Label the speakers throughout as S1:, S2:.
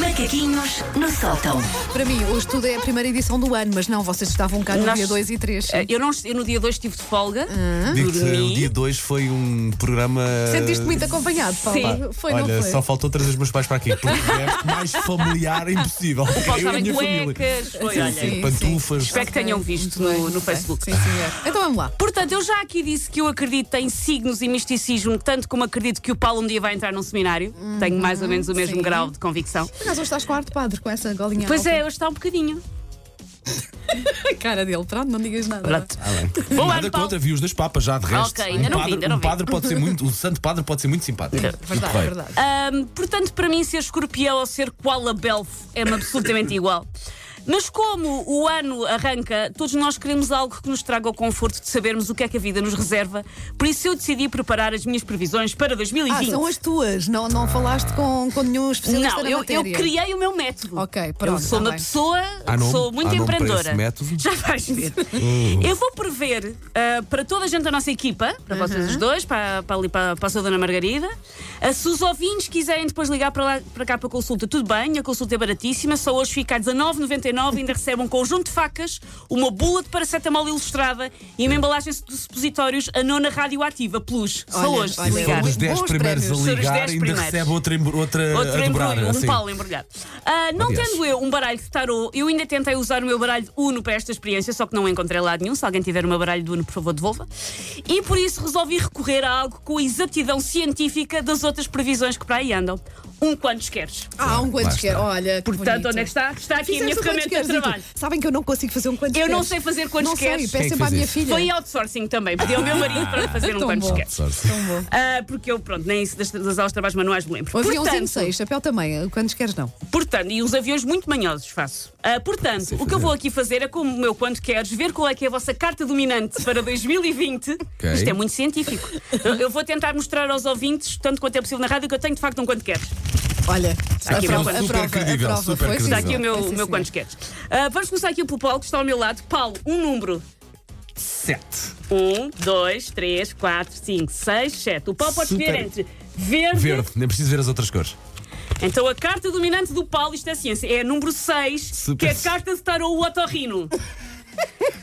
S1: Macaquinhos no sótão.
S2: Para mim, hoje tudo é a primeira edição do ano, mas não, vocês estavam cá no
S3: Nós-
S2: dia 2 e 3.
S3: Eh, Eu, não, eu no dia 2 estive de folga,
S2: Hum.
S4: Digo-te,
S3: dormi.
S4: o dia 2 foi um programa.
S2: Sentiste muito acompanhado, Paulo?
S4: Pá,
S2: Foi,
S4: Olha,
S2: não foi?
S4: só faltou trazer os meus pais para aqui, porque é mais familiar impossível.
S3: Paulo
S4: Eu e a
S3: estava em
S4: minha família.
S3: cuecas. Foi, olha.
S2: sim.
S4: Pantufas.
S3: Espero que tenham visto
S2: Muito
S3: no,
S2: bem,
S3: no
S2: muito bem.
S3: Facebook.
S2: Sim, senhor. Então vamos lá.
S3: Portanto, eu já aqui disse que eu acredito em signos e misticismo, tanto como acredito que o Paulo um dia vai entrar num seminário. Tenho mais ou menos o mesmo
S2: Hum. sim.
S3: grau de convicção.
S2: Mas hoje estás com ar de padre, com essa golinha
S3: Pois
S2: alta.
S3: é, hoje está um bocadinho.
S2: A cara dele, pronto, não digas nada.
S3: Pronto.
S4: Ah, bem.
S3: Bom
S4: Nada
S3: ano, Paulo.
S4: contra, vi os dois papas já, de resto.
S3: Ok, ainda
S4: um
S3: não vi,
S4: padre,
S3: ainda não
S4: um
S3: vi. É,
S4: padre pode ser muito, o santo padre pode ser muito simpático. E
S2: Verdade,
S4: porreiro.
S2: verdade.
S3: Ahm, portanto, para mim, ser escorpião ou ser koala belf é-me absolutamente igual. Mas como o ano arranca, todos nós queremos algo que nos traga o conforto de sabermos o que é que a vida nos reserva. Por isso eu decidi preparar as minhas previsões para
S2: Ah,
S3: 2020.
S2: são as tuas, não, não falaste com, com nenhum especialista
S3: não,
S2: na
S3: eu, eu
S2: matéria.
S3: criei o meu método.
S2: Ok, pronto,
S3: Eu sou
S2: tá
S3: uma
S2: bem.
S3: pessoa
S4: Há
S3: que
S4: nome?
S3: sou muito
S4: Há nome Ah, para
S3: empreendedora.
S4: esse método? Hum.
S3: Já vais ver. eu vou prever ah, para toda a gente da nossa equipa,
S2: Uhum.
S3: para vocês os dois, para, para ali para, para a sua Dona Margarida. Ah, se os ouvintes quiserem depois ligar para, lá- para cá para a consulta, tudo bem, a consulta é baratíssima, só hoje fica a 19,99 e ainda recebe um conjunto de facas, uma bula de paracetamol ilustrada e uma embalagem de supositórios a nona radioativa plus. Só
S2: Olha,
S3: hoje, se
S2: olha,
S3: ligar.
S4: Os 10
S2: Bons
S4: primeiros a
S2: prémios.
S3: São os
S4: ligar
S3: dez
S4: ainda
S3: primeiros.
S4: recebe outra, em- outra
S3: Outro
S4: a dobrar.
S3: embrulho, um
S4: assim.
S3: Paulo embrulhado. Ah, não
S4: Aliás.
S3: tendo eu um baralho de tarô, eu ainda tentei usar o meu baralho de Uno para esta experiência, só que não encontrei lado nenhum. Se alguém tiver o meu baralho de Uno, por favor, devolva. E por isso resolvi recorrer a algo com a exatidão científica das outras previsões que para aí andam. Um quantos queres.
S2: Ah, um
S4: Lá
S2: quantos
S4: está.
S2: quer, olha. que
S3: Portanto,
S2: bonito.
S3: onde é que está? Está aqui a minha
S2: Fizemos um quantos
S3: ferramenta de
S2: queres,
S3: trabalho.
S2: e tu? Sabem que eu não consigo fazer um quantos
S3: Eu não
S2: queres.
S3: sei fazer quantos
S2: Não sei,
S3: queres.
S2: peço
S4: Quem é que
S2: sempre à
S4: fez
S2: minha
S4: isso?
S2: filha. É
S3: Foi outsourcing também, pedi ao meu marido para fazer um
S2: Tão
S3: quantos
S2: bom.
S3: queres.
S4: Sorte.
S2: Tão bom.
S3: Ah, porque eu, pronto, nem isso das, das aulas de trabalhos manuais me lembro.
S2: Havia um
S3: Portanto,
S2: 56, chapéu também, quantos queres não.
S3: Portanto, e uns aviões muito manhosos faço. Ah, portanto, o que eu vou aqui fazer é, como o meu quando queres, ver qual é que é a vossa carta dominante para 2020. Isto é muito científico. Eu, eu vou tentar mostrar aos ouvintes, tanto quanto é possível na rádio, que eu tenho de facto um quanto queres.
S2: Olha, a
S3: aqui uma
S2: prova,
S3: coisa
S2: a
S4: super
S2: prova,
S4: credível,
S2: a prova
S4: super
S2: foi.
S3: Está
S4: credível.
S3: aqui o meu,
S2: Sim,
S3: o meu
S2: senhor.
S3: quantos queres. Ah, vamos começar aqui pelo Paulo, que está ao meu lado. Paulo, um número.
S4: 7.
S3: Um, dois, três, quatro, cinco, seis, sete. O Paulo pode
S4: Super.
S3: escolher entre verde.
S4: Verde, nem preciso ver as outras cores.
S3: Então a carta dominante do Paulo, isto é ciência, é a número 6, que
S4: Super.
S3: é a carta de tarô Otorrino.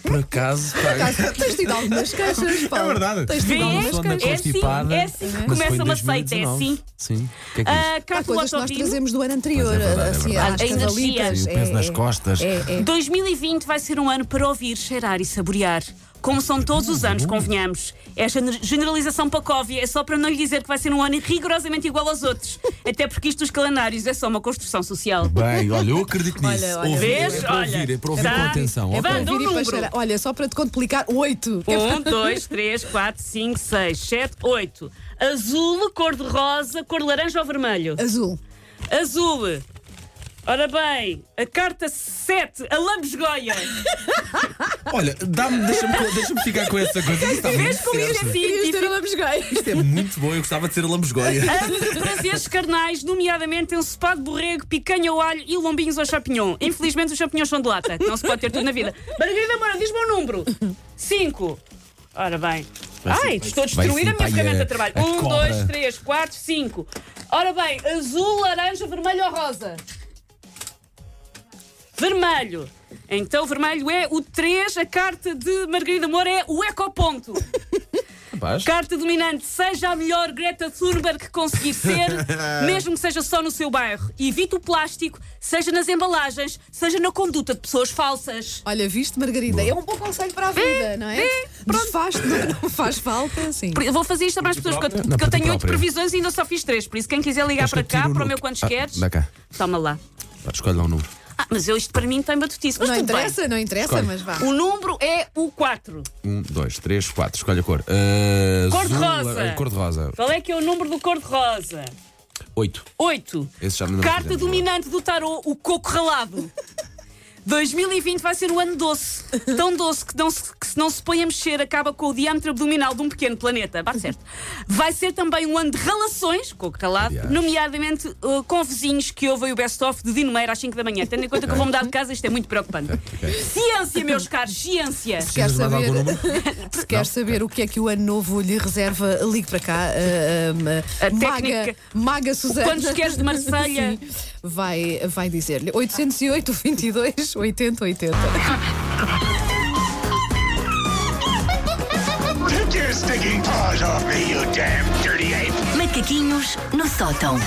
S4: Por acaso, pá,
S2: Caso, Tá, tens tido algumas queixas, Paulo.
S4: É verdade.
S2: Tens tido
S3: Vê,
S2: algumas
S3: é
S2: queixas.
S3: assim, é assim que começa uma seita, é assim.
S4: Sim. O que é que é
S3: A
S2: Há
S3: carta do
S2: coisas que nós
S3: Otorrino.
S2: trazemos do ano anterior,
S4: Pois é verdade, é
S2: assim,
S4: verdade.
S2: às
S3: A energia.
S2: cavalitas.
S4: Sim, o peso nas costas.
S2: É, é.
S3: 2020 vai ser um ano para ouvir, cheirar e saborear. Como são todos os anos, convenhamos. Esta gener- generalização pacóvia é só para não lhe dizer que vai ser um ano rigorosamente igual aos outros. Até porque isto dos calendários é só uma construção social.
S4: Bem, olha, eu acredito nisso.
S2: Olha, olha,
S4: Ouvir,
S3: Vês?
S4: é para
S3: Olha,
S4: ouvir, é para ouvir
S3: tá.
S4: com atenção.
S3: É
S4: ok.
S3: banda. Manda um
S2: Vir e para
S3: número.
S2: cheirar. Olha, só para te complicar, oito. é
S3: Um, dois, três, quatro, cinco, seis, sete, oito. Azul, cor de rosa, cor de laranja ou vermelho?
S2: Azul.
S3: Azul. Ora bem, a carta 7, a lambesgoia.
S4: Olha, dá-me- deixa-me co- deixa-me ficar com essa coisa. Isto está
S3: Vês
S4: muito
S3: como isto é
S4: certo.
S3: científico?
S4: Isto é muito bom, eu gostava de ser a lambesgoia.
S3: Ah, Prazeres carnais, nomeadamente ensopado de borrego, picanha ao alho e lombinhos ao champignon. Infelizmente os champignons são de lata, que não se pode ter tudo na vida. Margarida Moura, diz-me um número. 5. Ora bem. Ai, estou a
S4: vai
S3: destruir
S4: sim,
S3: a minha
S4: vai,
S3: ferramenta de
S4: é,
S3: trabalho.
S4: é
S3: 1,
S4: cobra.
S3: 2, 3, 4, 5. Ora bem, azul, laranja, vermelho ou rosa? Vermelho. Então, vermelho é o 3. A carta de Margarida Moura é o ecoponto.
S4: Rapaz,
S3: Carta dominante, seja a melhor Greta Thunberg que conseguir ser, mesmo que seja só no seu bairro. Evite o plástico, seja nas embalagens, seja na conduta de pessoas falsas.
S2: Olha, viste, Margarida? É um bom conselho para a vida, não é? Desfaz, não, não faz falta, sim.
S3: Eu vou fazer isto a mais pessoas, que eu,
S4: Não,
S3: que eu
S4: por ti
S3: tenho oito
S4: própria.
S3: previsões e ainda só fiz três. Por isso, quem quiser ligar
S4: Acho
S3: para
S4: que eu
S3: cá,
S4: tiro o
S3: para o meu
S4: número.
S3: quantos
S4: Ah,
S3: queres,
S4: dá cá.
S3: toma lá.
S4: escolhe lá um número.
S3: Ah, mas eu, isto para mim tem batutice. Mas
S2: Não
S3: tudo bem.
S2: interessa, não interessa, mas vá.
S3: O número é o 4.
S4: Um, dois, três, quatro. Escolhe a cor. Ah,
S3: Cor de
S4: azul,
S3: rosa.
S4: ah, Cor de rosa.
S3: Qual é que é o número do cor-de-rosa?
S4: Oito.
S3: 8.
S4: Esse já não
S3: Carta
S4: fizemos.
S3: dominante do tarô, o coco ralado. 2020 vai ser um ano doce. Tão doce que, não se, que se não se põe a mexer, acaba com o diâmetro abdominal de um pequeno planeta. Bate certo. Vai ser também um ano de relações, com o calado,
S4: Aliás.
S3: nomeadamente uh, com vizinhos que ouvem o best-of de Dinomeira às 5 da manhã. Tendo em conta que eu vou mudar de casa, isto é muito preocupante.
S4: ok.
S3: Ciência, meus caros, ciência.
S2: Quer
S4: Precisas de mais
S2: saber?
S4: algum número?
S2: Se quer saber o que é que o ano novo lhe reserva, ligue para cá. ah, ah, ah,
S3: A
S2: maga,
S3: técnica-
S2: Maga Susana.
S3: Quantos queres de Marselha?
S2: Sim. Vai, vai dizer-lhe 808 22 80 80.
S1: Take your stinking paws off me, you damn dirty ape!
S5: Macaquinhos no sótão.